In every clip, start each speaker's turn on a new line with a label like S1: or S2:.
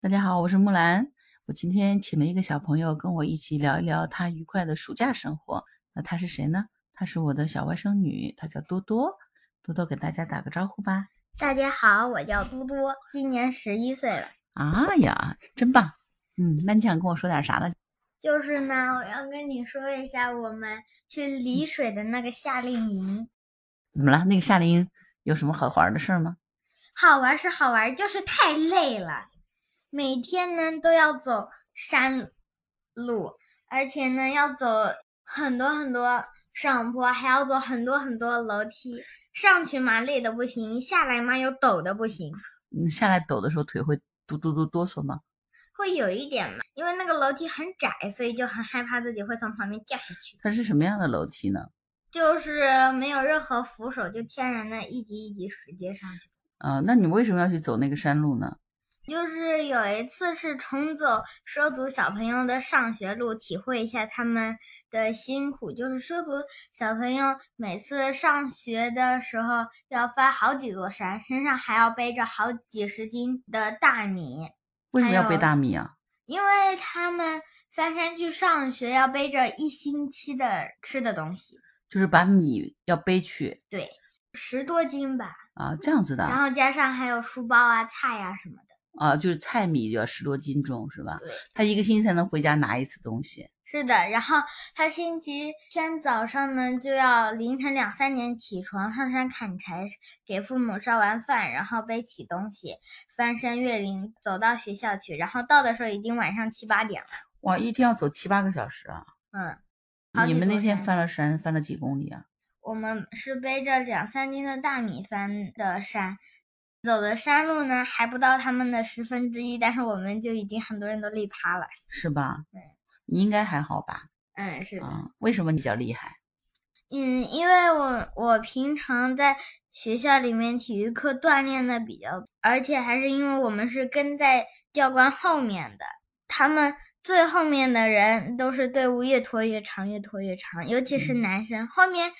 S1: 大家好，我是木兰。我今天请了一个小朋友跟我一起聊一聊他愉快的暑假生活。那他是谁呢？他是我的小外甥女，她叫多多。多多给大家打个招呼吧。
S2: 大家好，我叫嘟嘟，今年十一岁了。
S1: 啊呀，真棒！嗯，那你想跟我说点啥呢？
S2: 就是呢，我要跟你说一下我们去丽水的那个夏令营，
S1: 怎么了？那个夏令营有什么好玩的事儿吗？
S2: 好玩是好玩，就是太累了。每天呢都要走山路，而且呢要走很多很多上坡，还要走很多很多楼梯。上去嘛累的不行，下来嘛又抖的不行，
S1: 你嗯下来抖的时候腿会嘟嘟嘟哆嗦吗？
S2: 会有一点嘛，因为那个楼梯很窄，所以就很害怕自己会从旁边掉下去。
S1: 它是什么样的楼梯呢？
S2: 就是没有任何扶手，就天然的一级一级直接上去。
S1: 啊，那你为什么要去走那个山路呢？
S2: 就是有一次是重走畲族小朋友的上学路，体会一下他们的辛苦。就是畲族小朋友每次上学的时候要翻好几座山，身上还要背着好几十斤的大米，
S1: 为什么要
S2: 还
S1: 背
S2: 有
S1: 大米啊？
S2: 因为他们翻山去上学要背着一星期的吃的东西，
S1: 就是把米要背去
S2: 对，十多斤吧，
S1: 啊，这样子的啊。
S2: 然后加上还有书包啊、菜呀、什么的。
S1: 啊，就是菜米就要十多斤重是吧
S2: 对？
S1: 他一个星期才能回家拿一次东西。
S2: 是的，然后他星期天早上呢，就要凌晨两三点起床上山砍柴，给父母烧完饭，然后背起东西，翻山越岭走到学校去。然后到的时候已经晚上七八点了。
S1: 哇，一天要走七八个小时啊！
S2: 嗯，好
S1: 你
S2: 几
S1: 们那
S2: 座
S1: 天
S2: 山
S1: 翻了山，翻了几公里啊？
S2: 我们是背着两三斤的大米翻的山，走的山路呢还不到他们的十分之一，但是我们就已经很多人都累趴了。
S1: 是吧
S2: 对？
S1: 你应该还好吧？
S2: 嗯，是的。
S1: 啊，为什么你比较厉害？
S2: 嗯，因为我我平常在学校里面体育课锻炼的比较，而且还是因为我们是跟在教官后面的，他们最后面的人都是队伍越拖越长，越拖越长，尤其是
S1: 嗯
S2: 男生，后面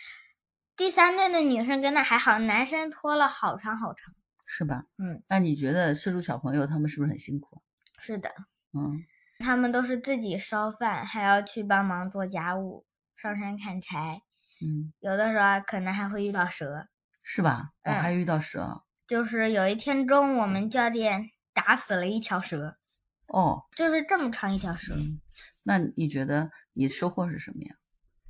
S2: 第三队的女生跟那还好，男生拖了好长好长。
S1: 是吧？
S2: 嗯，
S1: 那你觉得射出小朋友他们是不是很辛苦啊？
S2: 是的，
S1: 嗯，
S2: 他们都是自己烧饭，还要去帮忙做家务，上山砍柴，
S1: 嗯，
S2: 有的时候啊可能还会遇到蛇。
S1: 是吧？我
S2: 嗯
S1: 还遇到蛇
S2: 就是有一天中午，我们教练打死了一条蛇，
S1: 哦。
S2: 就是这么长一条蛇。
S1: 嗯，那你觉得你收获是什么呀？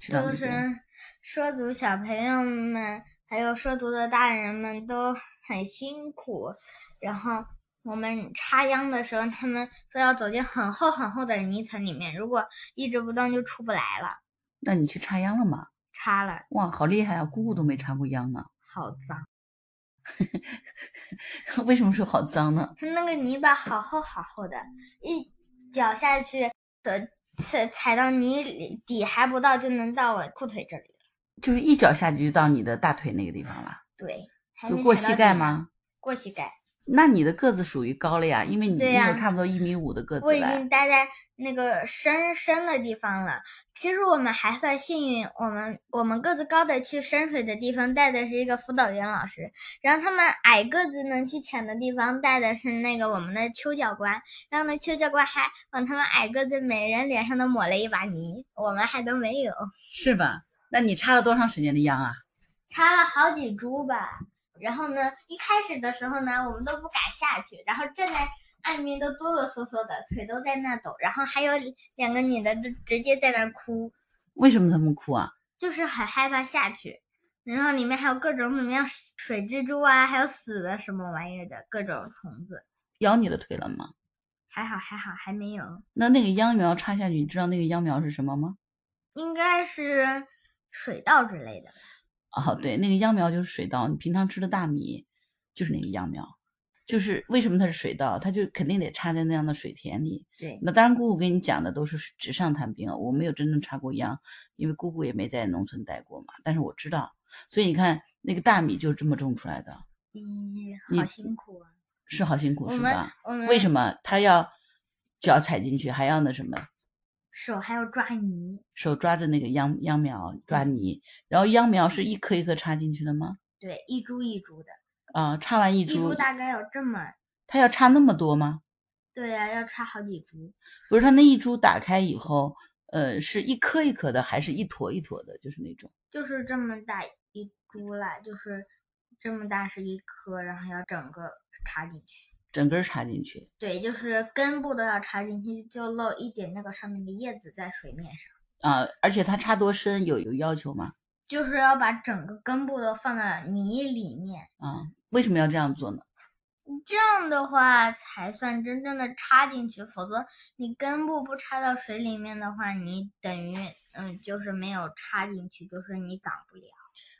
S1: 去到
S2: 就
S1: 那
S2: 是
S1: 边，
S2: 畲族小朋友们，还有畲族的大人们都很辛苦。然后我们插秧的时候，他们都要走进很厚很厚的泥层里面，如果一直不动就出不来了，
S1: 那你去插秧了吗？
S2: 插了
S1: 哇，好厉害啊！姑姑都没插过秧呢。
S2: 好脏，
S1: 嗯为什么说好脏呢？
S2: 它那个泥巴好厚好厚的，一脚下去，的踩踩到泥里底还不到，就能到我裤腿这里。
S1: 就是一脚下去就到你的大腿那个地方了，
S2: 对，还
S1: 就
S2: 没
S1: 过
S2: 踩
S1: 膝
S2: 到
S1: 盖
S2: 底呢？
S1: 吗？
S2: 过膝盖，
S1: 那你的个子属于高了呀，因为你
S2: 对
S1: 你有
S2: 呀
S1: 差不多一米五的个
S2: 我
S1: 子
S2: 已
S1: 了。
S2: 经待在那个深深的地方了。其实我们还算幸运，我们我们个子高的去深水的地方带的是一个辅导员老师，然后他们矮个子能去浅的地方带的是那个我们的邱教官，然后呢邱教官还往他们矮个子每人脸上都抹了一把泥，我们还都没有，
S1: 是吧？那你插了多长时间的秧啊？
S2: 插了好几株吧。然后呢，一开始的时候呢，我们都不敢下去，然后站在岸边都哆哆嗦嗦的，腿都在那抖。然后还有两两个女的就直接在那哭，
S1: 为什么他们哭啊？
S2: 就是很害怕下去。然后里面还有各种怎么样水蜘蛛啊，还有死的什么玩意儿的各种虫子。
S1: 咬你的腿了吗？
S2: 还好还好还没有，
S1: 那那个秧苗插下去，你知道那个秧苗是什么吗？
S2: 应该是水稻之类的。
S1: 哦，对，那个秧苗就是水稻，你平常吃的大米就是那个秧苗。就是为什么它是水稻，它就肯定得插在那样的水田里。
S2: 对，
S1: 那当然，姑姑给你讲的都是纸上谈兵啊，我没有真正插过秧，因为姑姑也没在农村待过嘛。但是我知道，所以你看那个大米就是这么种出来的，
S2: 咦，
S1: 你
S2: 好辛苦啊！
S1: 是好辛苦
S2: 我
S1: 是
S2: 们
S1: 吧？
S2: 我们
S1: 为什么他要脚踩进去，还要那什么，
S2: 手还要抓泥？
S1: 手抓着那个秧秧苗
S2: 嗯
S1: 抓泥，然后秧苗是一颗一颗插进去的吗？
S2: 对，一株一株的。
S1: 啊、插完一
S2: 一株
S1: 株，
S2: 大概有这么，
S1: 他要插那么多吗？
S2: 对呀、要插好几株。
S1: 不是它那一株打开以后，呃，是一颗一颗的，还是一坨一坨的？就是那种。
S2: 就是这么大一株啦，就是这么大是一颗，然后要整个插进去。
S1: 整根儿插进去，
S2: 对，就是根部都要插进去，就露一点那个上面的叶子在水面上，
S1: 啊、而且它插多深有有要求吗？
S2: 就是要把整个根部都放到泥里面，
S1: 啊、为什么要这样做呢？
S2: 这样的话才算真正的插进去，否则你根部不插到水里面的话，你等于嗯就是没有插进去，就是你长不了。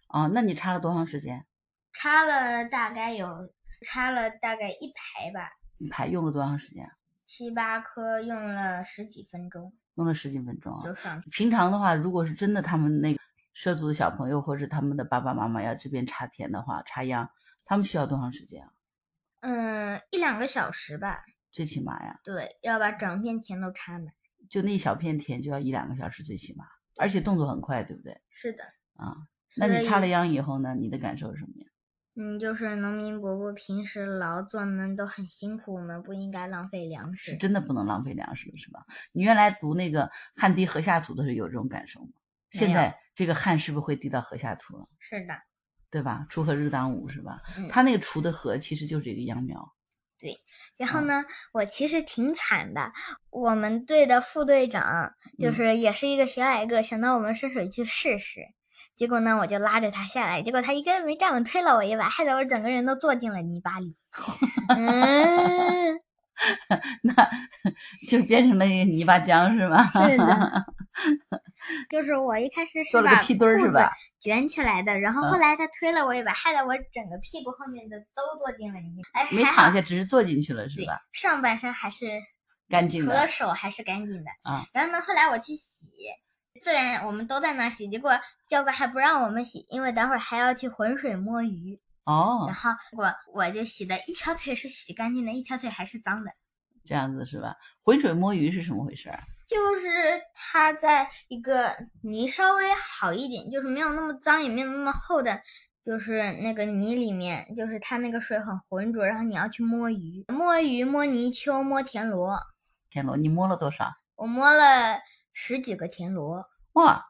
S1: 啊、那你插了多长时间？
S2: 插了大概有插了大概一排吧，
S1: 你排用了多长时间？
S2: 七八颗用了十几分钟
S1: 用了十几分钟啊。
S2: 就上
S1: 平常的话，如果是真的他们那个涉足的小朋友或者他们的爸爸妈妈要这边插田的话，插秧，他们需要多长时间啊？
S2: 嗯一两个小时吧。
S1: 最起码呀，
S2: 对，要把整片田都插满。
S1: 就那一小片田就要一两个小时最起码，而且动作很快，对不对？
S2: 是的，
S1: 啊、那你
S2: 所
S1: 插
S2: 以
S1: 了秧以后呢？你的感受是什么呀？
S2: 嗯，就是农民伯伯平时劳作呢都很辛苦，我们不应该浪费粮
S1: 是
S2: 食。
S1: 真的不能浪费粮食了，是吧？你原来读那个汗滴禾下土的时候有这种感受吗？现
S2: 没有
S1: 在这个汗是不是会滴到禾下土了？
S2: 是的，
S1: 对吧？锄禾日当午是吧？
S2: 嗯
S1: 它那个锄的禾其实就是一个秧苗，
S2: 然后
S1: 嗯
S2: 呢，我其实挺惨的。我们队的副队长就
S1: 嗯
S2: 是也是一个小矮个，想到我们深水去试试。结果呢，我就拉着他下来，结果他一个没站稳，推了我一把，害得我整个人都坐进了泥巴里。嗯，
S1: 那就变成了一个泥巴浆是吧？
S2: 是 的就是我一开始是
S1: 做了个
S2: 把
S1: 屁墩儿
S2: 裤
S1: 是
S2: 子
S1: 吧？
S2: 卷起来的，然后
S1: 嗯
S2: 后来他推了我一把，害得我整个屁股后面的都坐进了泥。哎，
S1: 没
S2: 还
S1: 躺
S2: 好
S1: 下，只是坐进去了是
S2: 对
S1: 吧？，
S2: 上半身还是
S1: 干净
S2: 除
S1: 的
S2: 了手还是干净的
S1: 啊。
S2: 然后呢，后来我去洗，自然我们都在那儿洗，结果教官还不让我们洗，因为等会儿还要去浑水摸鱼。
S1: 哦
S2: 然，后我我就洗的一条腿是洗干净的，一条腿还是脏的。
S1: 这样子是吧？浑水摸鱼是什么回事儿？啊
S2: 就是它在一个泥稍微好一点，就是没有那么脏，也没有那么厚的，就是那个泥里面，就是它那个水很浑浊，然后你要去摸鱼，摸鱼、摸泥鳅、摸田螺，
S1: 田螺，你摸了多少？
S2: 我摸了十几个田螺，
S1: 哇，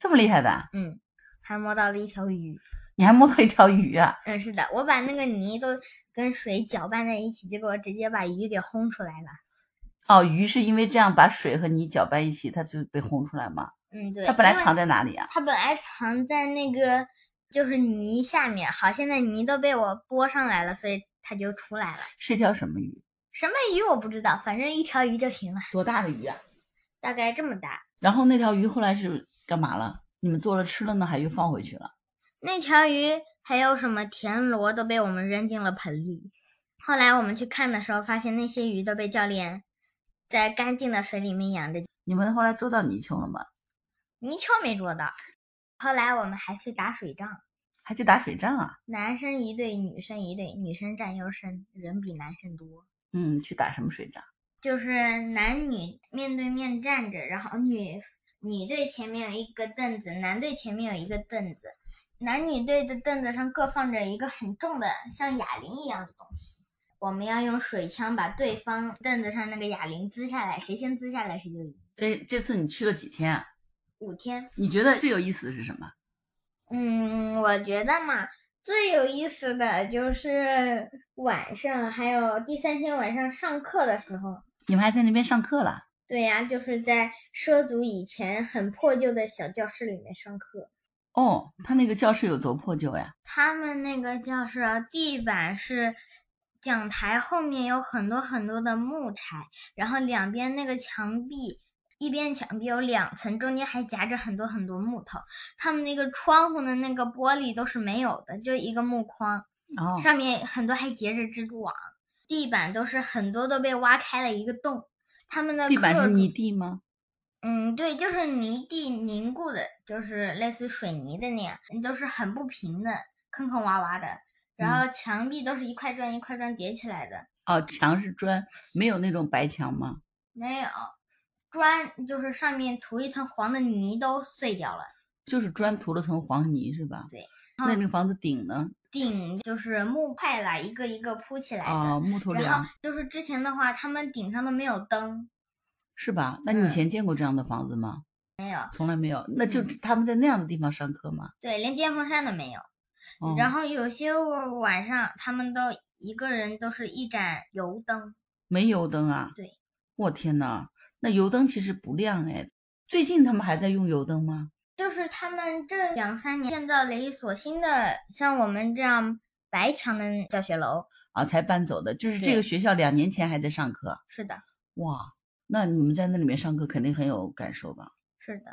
S1: 这么厉害的啊，
S2: 嗯，还摸到了一条鱼。
S1: 你还摸到一条鱼啊？
S2: 嗯，是的，我把那个泥都跟水搅拌在一起，结果直接把鱼给烘出来了。
S1: 哦，鱼是因为这样把水和泥搅拌一起，它就被烘出来嘛。
S2: 嗯，对，
S1: 它本来
S2: 因为
S1: 藏在哪里啊？
S2: 它本来藏在那个就是泥下面，好，现在泥都被我拨上来了，所以它就出来了。
S1: 是一条什么鱼？
S2: 什么鱼我不知道，反正一条鱼就行了，
S1: 多大的鱼啊？
S2: 大概这么大。
S1: 然后那条鱼后来是干嘛了？你们做了吃了呢，还又放回去了？
S2: 那条鱼还有什么田螺都被我们扔进了盆里。后来我们去看的时候，发现那些鱼都被教练在干净的水里面养着，
S1: 你们后来捉到泥鳅了吗？
S2: 泥鳅没捉到。后来我们还去打水仗，
S1: 还去打水仗啊？
S2: 男生一队，女生一队，女生占优胜，人比男生多。
S1: 嗯，去打什么水仗？
S2: 就是男女面对面站着，然后女女队前面有一个凳子，男队前面有一个凳子，男女队的凳子上各放着一个很重的像哑铃一样的东西。我们要用水枪把对方凳子上那个哑铃滋下来，谁先滋下来谁就赢。
S1: 这这次你去了几天啊？
S2: 五天，
S1: 你觉得最有意思的是什么？
S2: 嗯，我觉得嘛，最有意思的就是晚上，还有第三天晚上上课的时候，
S1: 你们还在那边上课了？
S2: 对呀、就是在畲族以前很破旧的小教室里面上课。
S1: 哦，他那个教室有多破旧呀？
S2: 他们那个教室啊，地板是讲台后面有很多很多的木柴，然后两边那个墙壁，一边墙壁有两层，中间还夹着很多很多木头。他们那个窗户的那个玻璃都是没有的，就一个木框，
S1: 哦，
S2: 上面很多还结着蜘蛛网，地板都是很多都被挖开了一个洞。他们的
S1: 地板
S2: 课
S1: 是
S2: 主
S1: 泥地吗？
S2: 嗯，对，就是泥地凝固的，就是类似于水泥的那样，嗯都是很不平的，坑坑洼洼的。然
S1: 嗯
S2: 后墙壁都是一块砖一块砖叠起来的，
S1: 哦，墙是砖，没有那种白墙吗？
S2: 没有砖，就是上面涂一层黄的泥都碎掉了。
S1: 就是砖涂了层黄泥是吧？
S2: 对。嗯
S1: 那那个房子顶呢？
S2: 顶就是木块啦，一个一个铺起来的。
S1: 啊、木头
S2: 然
S1: 梁
S2: 后就是之前的话，他们顶上都没有灯，
S1: 是吧？那你以
S2: 嗯
S1: 前见过这样的房子吗？
S2: 没有，嗯
S1: 从来没有，那就他们在那样的地方上课吗？
S2: 对，连电风扇都没有。
S1: 哦、
S2: 然后有些晚上他们都一个人都是一盏油灯，
S1: 没油灯啊？
S2: 对，
S1: 我天呐，那油灯其实不亮哎。最近他们还在用油灯吗？
S2: 就是他们这两三年建造了一所新的像我们这样白墙的教学楼。
S1: 啊，才搬走的，就是这
S2: 对
S1: 个学校两年前还在上课。
S2: 是的，
S1: 哇，那你们在那里面上课肯定很有感受吧？
S2: 是的。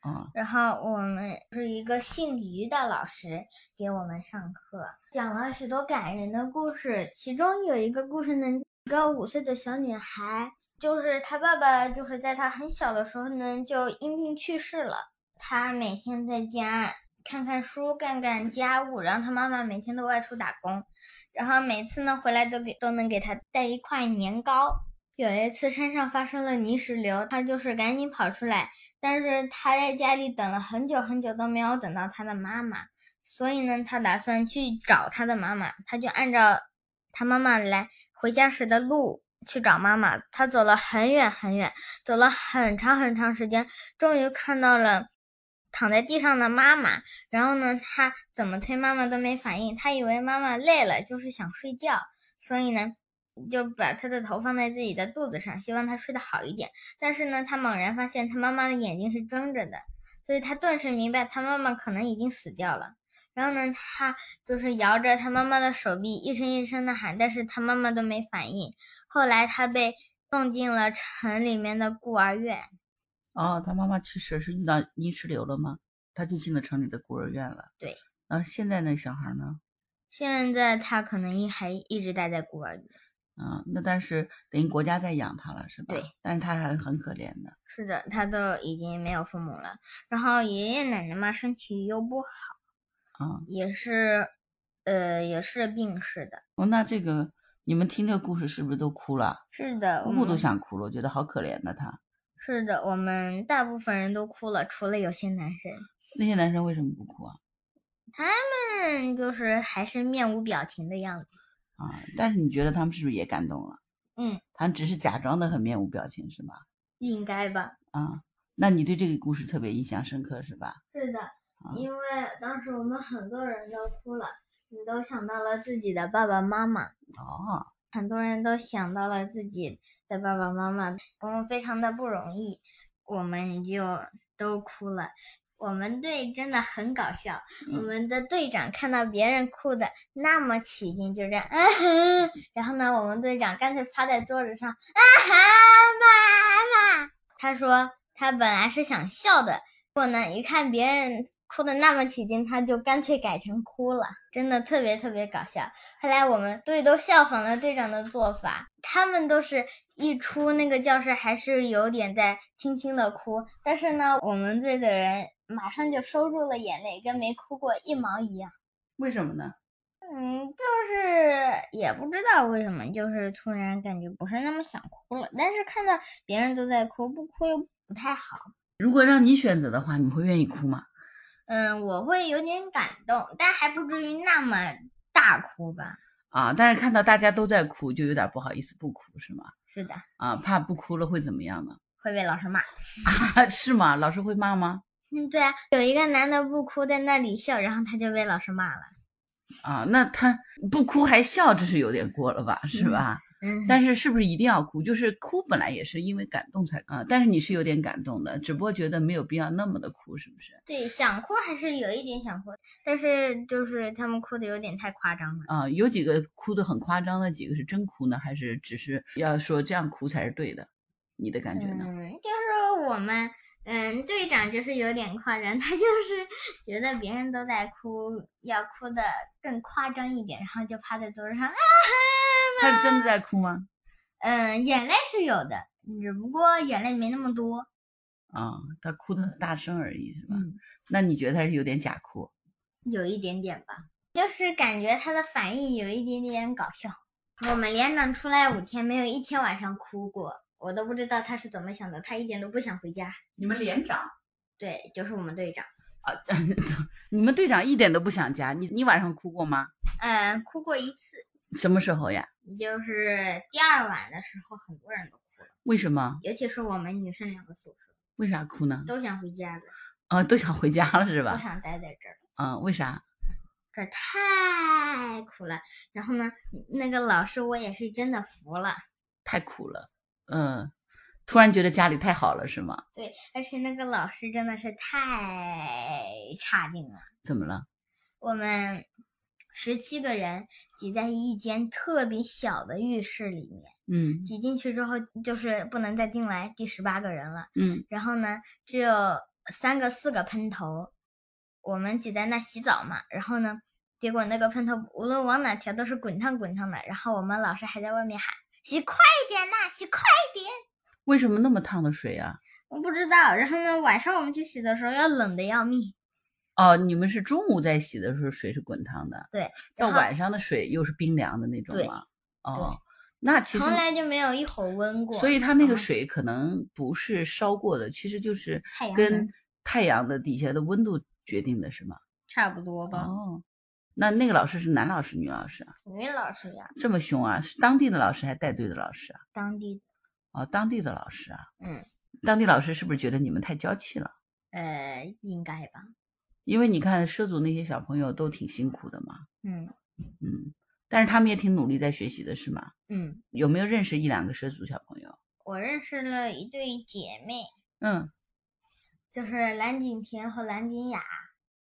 S1: 啊，
S2: 然后我们是一个姓于的老师给我们上课，讲了许多感人的故事。其中有一个故事呢，一个五岁的小女孩，就是她爸爸，就是在她很小的时候呢就因病去世了。她每天在家看看书，干干家务，然后她妈妈每天都外出打工，然后每次呢回来都给都能给她带一块年糕。有一次山上发生了泥石流，她就是赶紧跑出来。但是他在家里等了很久很久都没有等到他的妈妈，所以呢，他打算去找他的妈妈。他就按照他妈妈来回家时的路去找妈妈。他走了很远很远，走了很长很长时间，终于看到了躺在地上的妈妈。然后呢，他怎么推妈妈都没反应，他以为妈妈累了，就是想睡觉，所以呢。就把他的头放在自己的肚子上，希望他睡得好一点。但是呢，他猛然发现他妈妈的眼睛是睁着的，所以他顿时明白他妈妈可能已经死掉了。然后呢，他就是摇着他妈妈的手臂，一声一声的喊，但是他妈妈都没反应。后来他被送进了城里面的孤儿院。
S1: 哦，他妈妈去世是遇到泥石流了吗？他就进了城里的孤儿院了。
S2: 对。
S1: 然后现在那小孩呢？
S2: 现在他可能一还一直待在孤儿院。
S1: 啊，那但是等于国家在养他了，是吧？
S2: 对。
S1: 但是他还是很可怜的。
S2: 是的，他都已经没有父母了。然后爷爷奶奶嘛，身体又不好，
S1: 啊，
S2: 也是，呃，也是病逝的。
S1: 哦，那这个你们听这个故事是不是都哭了？
S2: 是的，我
S1: 姑姑都
S2: 们
S1: 想哭了，我觉得好可怜的他。
S2: 是的，我们大部分人都哭了，除了有些男生，
S1: 那些男生为什么不哭啊？
S2: 嗯，就是还是面无表情的样子。
S1: 啊，但是你觉得他们是不是也感动了？
S2: 嗯，
S1: 他们只是假装的很面无表情，是吗？
S2: 应该吧？
S1: 啊，那你对这个故事特别印象深刻，是吧？
S2: 是的，因为当时我们很多人都哭了，你都想到了自己的爸爸妈妈，
S1: 哦，
S2: 很多人都想到了自己的爸爸妈妈，我们非常的不容易，我们就都哭了。我们队真的很搞笑，我
S1: 嗯
S2: 们的队长看到别人哭的那么起劲，就这样，啊哈。然后呢，我们队长干脆趴在桌子上，啊哈，妈妈。他说他本来是想笑的，结果呢，一看别人哭的那么起劲，他就干脆改成哭了，真的特别特别搞笑。后来我们队都效仿了队长的做法，他们都是一出那个教室还是有点在轻轻的哭，但是呢，我们队的人马上就收住了眼泪，跟没哭过一毛一样。
S1: 为什么呢？
S2: 嗯，就是也不知道为什么，就是突然感觉不是那么想哭了，但是看到别人都在哭，不哭又不太好。
S1: 如果让你选择的话，你会愿意哭吗？
S2: 嗯，我会有点感动，但还不至于那么大哭吧。
S1: 啊，但是看到大家都在哭，就有点不好意思不哭，是吗？
S2: 是的，
S1: 啊，怕不哭了会怎么样呢？
S2: 会被老师骂。
S1: 啊，是吗？老师会骂吗？
S2: 嗯，对啊，有一个男的不哭，在那里笑，然后他就被老师骂了。
S1: 啊，那他不哭还笑，这是有点过了吧，是
S2: 嗯
S1: 吧？
S2: 嗯，
S1: 但是是不是一定要哭？就是哭本来也是因为感动才啊、但是你是有点感动的，只不过觉得没有必要那么的哭，是不是？
S2: 对，想哭还是有一点想哭，但是就是他们哭的有点太夸张了。
S1: 啊、有几个哭的很夸张的，几个是真哭呢，还是只是要说这样哭才是对的？你的感觉呢？
S2: 嗯，就是我们，嗯，队长就是有点夸张，他就是觉得别人都在哭，要哭的更夸张一点，然后就趴在桌子上，啊哈，
S1: 他是真的在哭吗？
S2: 嗯，眼泪是有的，只不过眼泪没那么多。
S1: 啊、他哭的很大声而已，是吧？
S2: 嗯，
S1: 那你觉得他是有点假哭？
S2: 有一点点吧，就是感觉他的反应有一点点搞笑。我们连长出来五天，没有一天晚上哭过，我都不知道他是怎么想的，他一点都不想回家。
S1: 你们连长
S2: 对，就是我们队长。
S1: 你们队长一点都不想家，你你晚上哭过吗？
S2: 嗯，哭过一次，
S1: 什么时候呀？
S2: 就是第二晚的时候，很多人都哭了，
S1: 为什么？
S2: 尤其是我们女生两个宿舍
S1: 为啥哭呢？
S2: 都想回家了，
S1: 啊，都想回家了是
S2: 不
S1: 吧？
S2: 想待在这儿，
S1: 嗯，为啥？
S2: 这儿太苦了。然后呢，那个老师我也是真的服了。
S1: 太苦了，嗯，突然觉得家里太好了是吗？
S2: 对，而且那个老师真的是太差劲了。
S1: 怎么了？
S2: 我们十七个人挤在一间特别小的浴室里面，
S1: 嗯
S2: 挤进去之后就是不能再进来第十八个人了。
S1: 嗯，
S2: 然后呢，只有三个四个喷头，我们挤在那洗澡嘛。然后呢，结果那个喷头无论往哪调都是滚烫滚烫的。然后我们老师还在外面喊：“洗快点呐、洗快点！”
S1: 为什么那么烫的水啊？
S2: 我不知道。然后呢，晚上我们去洗的时候要冷的要命。
S1: 哦，你们是中午在洗的时候水是滚烫的，
S2: 对，
S1: 到
S2: 然后
S1: 晚上的水又是冰凉的那种
S2: 对
S1: 吗？哦，那其实
S2: 从来就没有一会儿温过。
S1: 所以它那个
S2: 嗯
S1: 水可能不是烧过的，其实就是
S2: 太阳能
S1: 跟太阳的底下的温度决定的，是吗？
S2: 差不多吧。
S1: 哦，那那个老师是男老师、女老师啊？
S2: 女老师呀，
S1: 这么凶啊？是当地的老师还是带队的老师啊？
S2: 当地
S1: 哦，当地的老师啊，
S2: 嗯，
S1: 当地老师是不是觉得你们太娇气了？
S2: 呃应该吧。
S1: 因为你看涉足那些小朋友都挺辛苦的嘛，
S2: 嗯
S1: 嗯，但是他们也挺努力在学习的，是吗？
S2: 嗯，
S1: 有没有认识一两个涉足小朋友？
S2: 我认识了一对姐妹，
S1: 嗯，
S2: 就是蓝景甜和蓝景雅。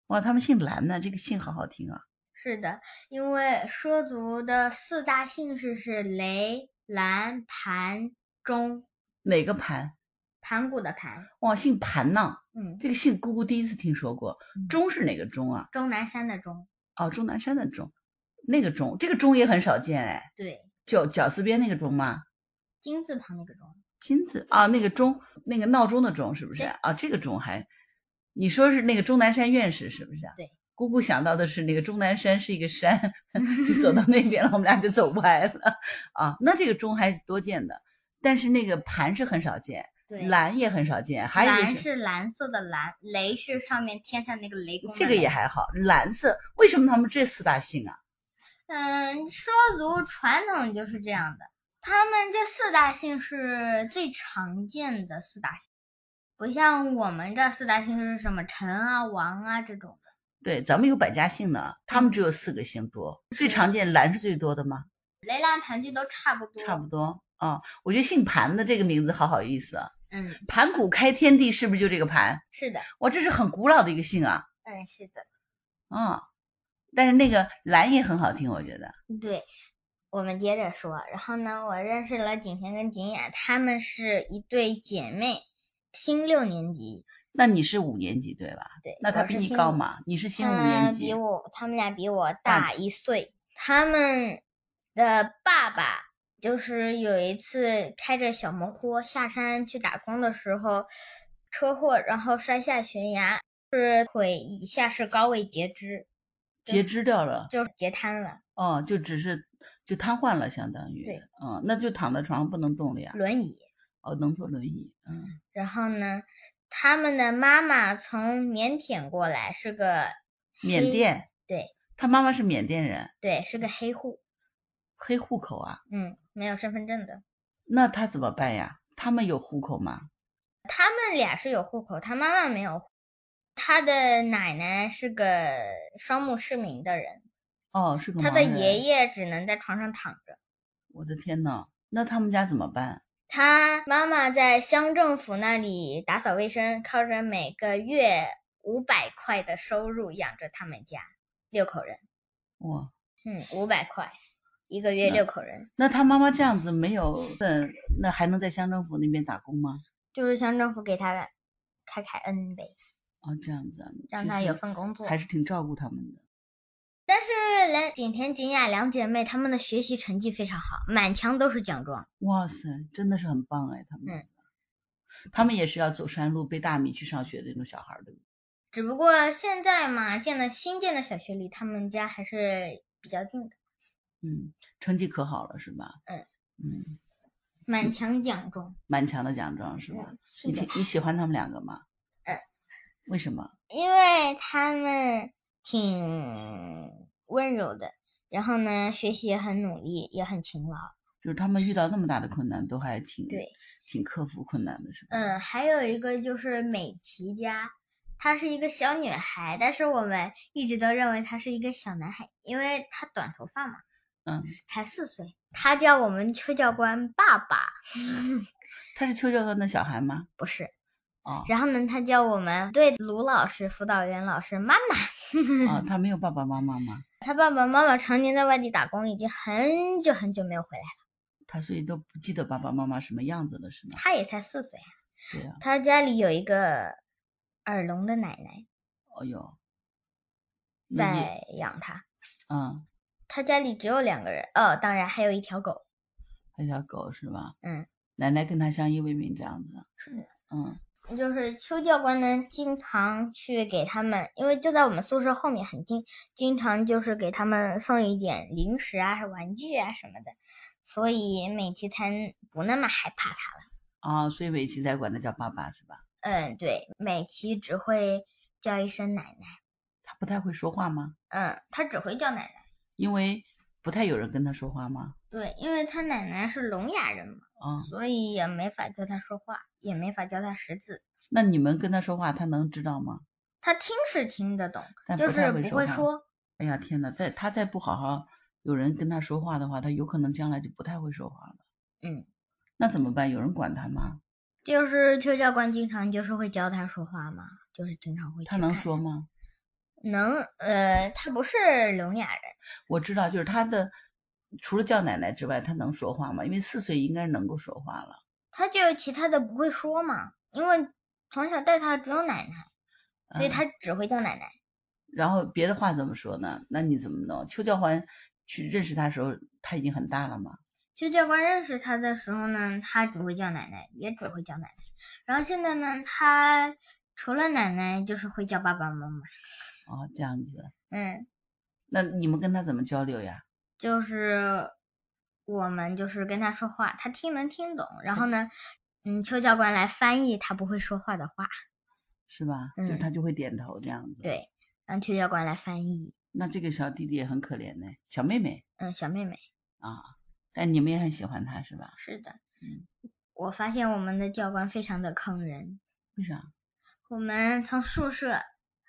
S1: 哇，他们姓蓝呢，这个姓好好听啊。
S2: 是的，因为畲族的四大姓氏是雷、兰、盘、钟，
S1: 哪个盘？
S2: 盘古的盘。
S1: 哇，姓盘呢？
S2: 嗯，
S1: 这个姓姑姑第一次听说过。钟是哪个钟啊？
S2: 钟南山的钟。
S1: 哦，钟南山的钟，那个钟，这个钟也很少见哎。
S2: 对，
S1: 绞绞丝边那个钟吗？
S2: 金字旁那个钟。
S1: 金字啊，那个钟，那个闹钟的钟是不是
S2: 对
S1: 啊？这个钟还，你说是那个钟南山院士是不是？
S2: 对，
S1: 姑姑想到的是那个钟南山是一个山， 就走到那边了，我们俩就走歪了啊。那这个钟还是多见的，但是那个盘是很少见，
S2: 对，
S1: 蓝也很少见，还有一
S2: 蓝
S1: 个
S2: 是蓝色的蓝，雷是上面天上那个雷公的
S1: 这
S2: 雷。
S1: 个也还好，蓝色为什么他们这四大姓啊？
S2: 嗯，畲族传统就是这样的，他们这四大姓是最常见的四大姓，不像我们这儿四大姓是什么陈啊、王啊这种的。
S1: 对，咱们有百家姓呢，他们只有四个姓多，
S2: 嗯
S1: 最常见蓝是最多的吗？
S2: 雷兰盘踞都差不多。
S1: 差不多啊、我觉得姓盘的这个名字好好意思啊，
S2: 嗯，
S1: 盘古开天地是不是就这个盘？
S2: 是的，
S1: 哇，这是很古老的一个姓啊
S2: 嗯，是的，
S1: 啊、但是那个蓝也很好听，我觉得。
S2: 对。我们接着说，然后呢，我认识了景甜跟景雅，她们是一对姐妹，新六年级。
S1: 那你是五年级对吧？
S2: 对，
S1: 那他
S2: 我
S1: 比
S2: 是
S1: 你
S2: 新
S1: 高
S2: 五
S1: 嘛？你是新五
S2: 他
S1: 年级
S2: 比，我他们俩比我
S1: 大
S2: 大一岁。他们的爸爸就是有一次开着小摩托下山去打工的时候车祸，然后摔下悬崖，是腿以下是高位截肢，
S1: 截肢掉了
S2: 就是截瘫了，
S1: 哦，就只是就瘫痪了，相当于
S2: 对，嗯
S1: 嗯，那就躺在床上不能动了呀。
S2: 轮椅。
S1: 哦，能坐轮椅，嗯。
S2: 然后呢，他们的妈妈从缅甸过来，是个
S1: 缅
S2: 黑
S1: 甸，
S2: 对
S1: 他妈妈是缅甸人，
S2: 对，是个黑户，
S1: 黑户口啊，
S2: 嗯，没有身份证的。
S1: 那他怎么办呀？他们有户口吗？
S2: 他们俩是有户口，他妈妈没有户。他的奶奶是个双目失明的人，
S1: 哦，是个
S2: 他
S1: 盲
S2: 的
S1: 人
S2: 爷，爷只能在床上躺着。
S1: 我的天呐，那他们家怎么办？
S2: 他妈妈在乡政府那里打扫卫生，靠着每个月五百块的收入养着他们家六口人。
S1: 哇，
S2: 嗯，五百块一个月
S1: 那
S2: 六口人，
S1: 那他妈妈这样子没有份，那还能在乡政府那边打工吗？
S2: 就是乡政府给他开开恩呗，
S1: 哦，这样子啊，
S2: 让
S1: 其
S2: 他有
S1: 实
S2: 份工作。
S1: 还是挺照顾他们的。
S2: 但是蓝景甜、景雅两姐妹她们的学习成绩非常好，满墙都是奖状。
S1: 哇塞，真的是很棒哎，他们，
S2: 嗯
S1: 他们也是要走山路背大米去上学的那种小孩儿，对不对？
S2: 只不过现在嘛，建了新建的小学离他们家还是比较近的，
S1: 嗯，成绩可好了是吧？
S2: 嗯
S1: 嗯，
S2: 满墙奖状。
S1: 满墙的奖状是吧？
S2: 嗯是
S1: 你
S2: 的嗯
S1: 挺你喜欢他们两个吗？为什么？
S2: 因为他们挺温柔的，然后呢，学习也很努力，也很勤劳。
S1: 就是他们遇到那么大的困难，都还挺
S2: 对，
S1: 挺克服困难的，是吧？
S2: 嗯，还有一个就是美琪家，她是一个小女孩，但是我们一直都认为她是一个小男孩，因为她短头发嘛，
S1: 嗯，
S2: 才四岁。他叫我们邱教官爸爸，
S1: 他是邱教官的小孩吗？
S2: 不是。
S1: 哦
S2: 然后呢，他叫我们对卢老师、辅导员老师、妈妈。
S1: 哦，他没有爸爸妈妈吗？
S2: 他爸爸妈妈常年在外地打工，已经很久很久没有回来了。
S1: 他所以都不记得爸爸妈妈什么样子了，是吗？
S2: 他也才四岁啊，
S1: 对呀、
S2: 他家里有一个耳聋的奶奶
S1: 哦哟，那嗯也
S2: 在养他。
S1: 嗯，
S2: 他家里只有两个人，哦，当然还有一条狗。
S1: 还有条狗是吧？
S2: 嗯，
S1: 奶奶跟他相依为命这样子的，
S2: 是的。
S1: 嗯
S2: 就是邱教官呢，经常去给他们，因为就在我们宿舍后面很近，经常就是给他们送一点零食啊、玩具啊什么的，所以美琪才不那么害怕他了。
S1: 啊、所以伟奇才管他叫爸爸是吧？
S2: 嗯，对，美琪只会叫一声奶奶，
S1: 他不太会说话吗？
S2: 嗯，她只会叫奶奶。
S1: 因为不太有人跟他说话吗？
S2: 对，因为她奶奶是聋哑人嘛，
S1: 啊、
S2: 所以也没法教她说话，也没法教她识字。
S1: 那你们跟他说话，他能知道吗？
S2: 她听是听得懂，
S1: 但
S2: 就
S1: 不
S2: 是
S1: 太
S2: 不
S1: 会
S2: 会
S1: 说话
S2: 说。
S1: 哎呀天呐，再他再不好好有人跟他说话的话，他有可能将来就不太会说话了。
S2: 嗯，
S1: 那怎么办？有人管他吗？
S2: 就是邱教官经常就是会教他说话嘛，就是经常会去
S1: 他能
S2: 看
S1: 说吗？
S2: 能呃，他不是聋哑人，
S1: 我知道，就是他的除了叫奶奶之外，他能说话吗？因为四岁应该能够说话了。
S2: 他就其他的不会说嘛，因为从小带他的只有奶奶，所以
S1: 嗯
S2: 他只会叫奶奶。
S1: 然后别的话怎么说呢？那你怎么弄？邱教官去认识他的时候，他已经很大了嘛。
S2: 邱教官认识他的时候呢，他只会叫奶奶，也只会叫奶奶。然后现在呢，他除了奶奶就是会叫爸爸妈妈。
S1: 哦，这样子，
S2: 嗯，
S1: 那你们跟他怎么交流呀？
S2: 就是我们就是跟他说话，他听能听懂。然后呢，嗯，邱教官来翻译他不会说话的话。
S1: 是吧？就是
S2: 嗯
S1: 他就会点头这样子。，
S2: 对，让邱教官来翻译。
S1: 那这个小弟弟也很可怜呢，小妹妹
S2: 嗯，小妹妹
S1: 啊，但你们也很喜欢他是吧？
S2: 是的。
S1: 嗯
S2: 我发现我们的教官非常的坑人。
S1: 为啥？
S2: 我们从宿舍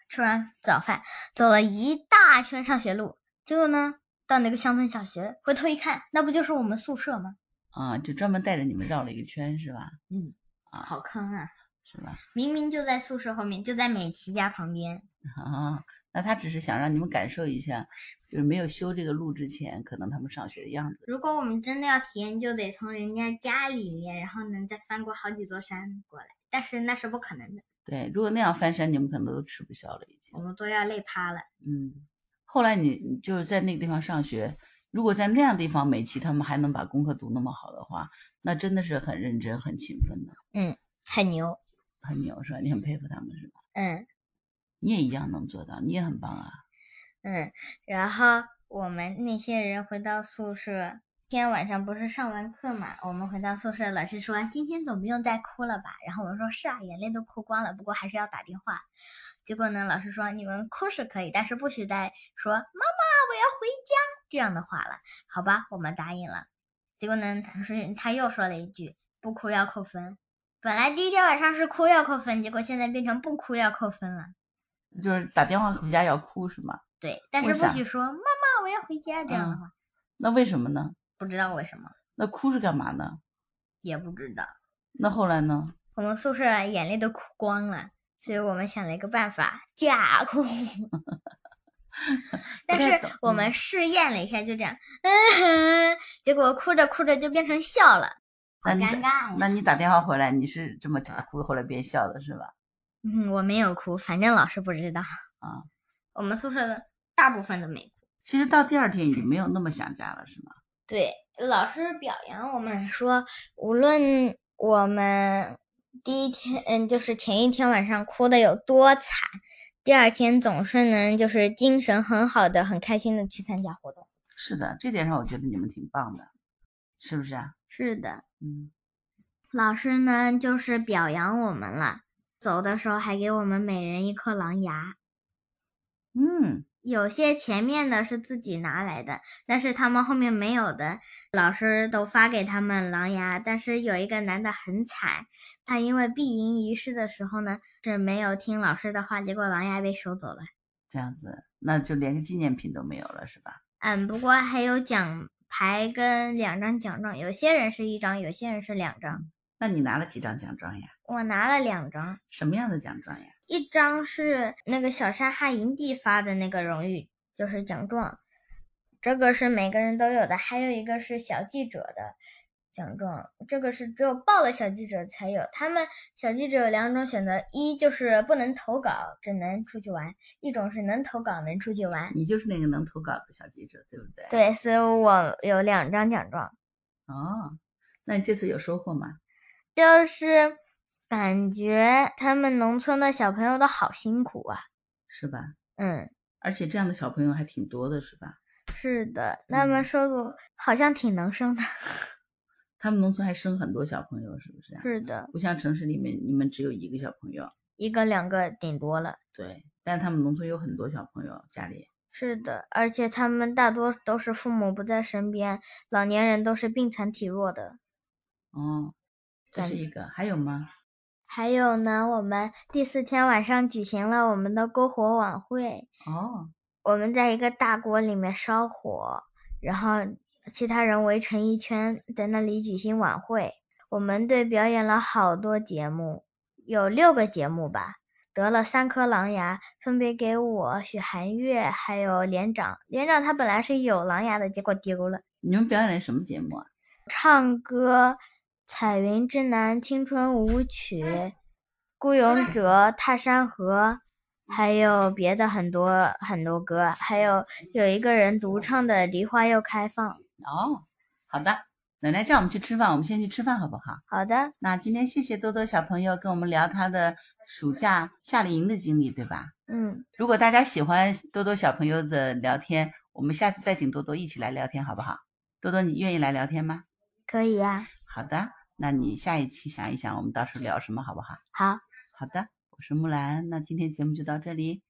S2: 吃完早饭，走了一大圈上学路，结果呢，到那个乡村小学，回头一看，那不就是我们宿舍吗？
S1: 啊，就专门带着你们绕了一个圈是吧？
S2: 嗯，
S1: 啊
S2: 好坑啊！
S1: 是吧？
S2: 明明就在宿舍后面，就在美琪家旁边。
S1: 啊，那他只是想让你们感受一下，就是没有修这个路之前，可能他们上学的样子。
S2: 如果我们真的要体验，就得从人家家里面，然后呢再翻过好几座山过来，但是那是不可能的，
S1: 对，如果那样翻山，你们可能都吃不消了已经
S2: 我。们都要累趴了。
S1: 嗯，后来你你就是在那个地方上学，如果在那样地方，美琪他们还能把功课读那么好的话，那真的是很认真、很勤奋的，
S2: 很牛，
S1: 很牛是吧？你很佩服他们是吧？
S2: 嗯
S1: 你也一样能做到，你也很棒啊。
S2: 嗯。然后我们那些人回到宿舍，今天晚上不是上完课嘛，我们回到宿舍，老师说今天总不用再哭了吧？然后我们说是啊，眼泪都哭光了，不过还是要打电话。结果呢，老师说你们哭是可以，但是不许再说“妈妈，我要回家”这样的话了，好吧？我们答应了。结果呢，他说他又说了一句“不哭要扣分”。本来第一天晚上是哭要扣分，结果现在变成不哭要扣分了。
S1: 就是打电话回家要哭是吗？
S2: 对，但是
S1: 为
S2: 不
S1: 啥
S2: 许说“妈妈，我要回家”这样的
S1: 嗯
S2: 话，
S1: 那为什么呢？
S2: 不知道为什么，
S1: 那哭是干嘛呢？
S2: 也不知道。
S1: 那后来呢？
S2: 我们宿舍啊眼泪都哭光了，所以我们想了一个办法，假 哭。但
S1: 太
S2: 是
S1: 懂嗯
S2: 我们试验了一下，就这样，嗯，结果哭着哭着就变成笑了，
S1: 那
S2: 好
S1: 你
S2: 尴
S1: 打
S2: 尬呀！
S1: 嗯那你打电话回来，你是这么假哭，后来变笑的是吧？
S2: 嗯，我没有哭，反正老师不知道
S1: 啊。
S2: 我们宿舍的大部分都没哭，
S1: 其实到第二天已经没有那么想家了，是吗？
S2: 对，老师表扬我们说，无论我们第一天，嗯，就是前一天晚上哭的有多惨，第二天总是能就是精神很好的、很开心的去参加活动。
S1: 是的，这点上我觉得你们挺棒的，是不是啊？
S2: 是的，
S1: 嗯，
S2: 老师呢就是表扬我们了，走的时候还给我们每人一颗狼牙。
S1: 嗯，
S2: 有些前面的是自己拿来的，但是他们后面没有的，老师都发给他们狼牙。但是有一个男的很惨，他因为闭营仪式的时候呢是没有听老师的话，结果狼牙被收走了。
S1: 这样子，那就连个纪念品都没有了，是吧？
S2: 嗯，不过还有奖牌跟两张奖状，有些人是一张，有些人是两张。
S1: 那你拿了几张奖状呀？
S2: 我拿了两张，
S1: 什么样的奖状呀？
S2: 一张是那个小沙哈营地发的那个荣誉，就是奖状，这个是每个人都有的；还有一个是小记者的奖状，这个是只有报了小记者才有。他们小记者有两种选择：一就是不能投稿，只能出去玩；一种是能投稿，能出去玩。
S1: 你就是那个能投稿的小记者，对不对？。
S2: 对，所以我有两张奖状。
S1: 哦，那你这次有收获吗？
S2: 就是感觉他们农村的小朋友都好辛苦啊。
S1: 是吧？
S2: 嗯，
S1: 而且这样的小朋友还挺多的，是吧？
S2: 是的，他们
S1: 嗯
S2: 说的好像挺能生的。
S1: 他们农村还生很多小朋友，是不是啊？
S2: 是的，
S1: 不像城市里面，你们只有一个小朋友，
S2: 一个两个顶多了。
S1: 对。但他们农村有很多小朋友，家里
S2: 是的，而且他们大多都是父母不在身边，老年人都是病残体弱的。
S1: 哦，这是
S2: 感
S1: 一个。还有吗？
S2: 还有呢，我们第四天晚上举行了我们的篝火晚会，
S1: 哦，
S2: 我们在一个大锅里面烧火，然后其他人围成一圈，在那里举行晚会。我们队表演了好多节目，有六个节目吧，得了三颗狼牙，分别给我、许寒月还有连长。连长他本来是有狼牙的，结果丢了。
S1: 你们表演了什么节目啊？
S2: 唱歌，《彩云之南》青春舞曲，《孤勇者》《踏山河》，还有别的很多很多歌，还有有一个人独唱的《梨花又开放》。
S1: 哦，好的，奶奶叫我们去吃饭，我们先去吃饭好不好？
S2: 好的，
S1: 那今天谢谢多多小朋友跟我们聊他的暑假夏令营的经历，对吧？
S2: 嗯，
S1: 如果大家喜欢多多小朋友的聊天，我们下次再请多多一起来聊天，好不好？多多，你愿意来聊天吗？
S2: 可以啊呀、
S1: 好的，那你下一期想一想，我们到时候聊什么，好不好？
S2: 好，
S1: 好的，我是木兰，那今天节目就到这里，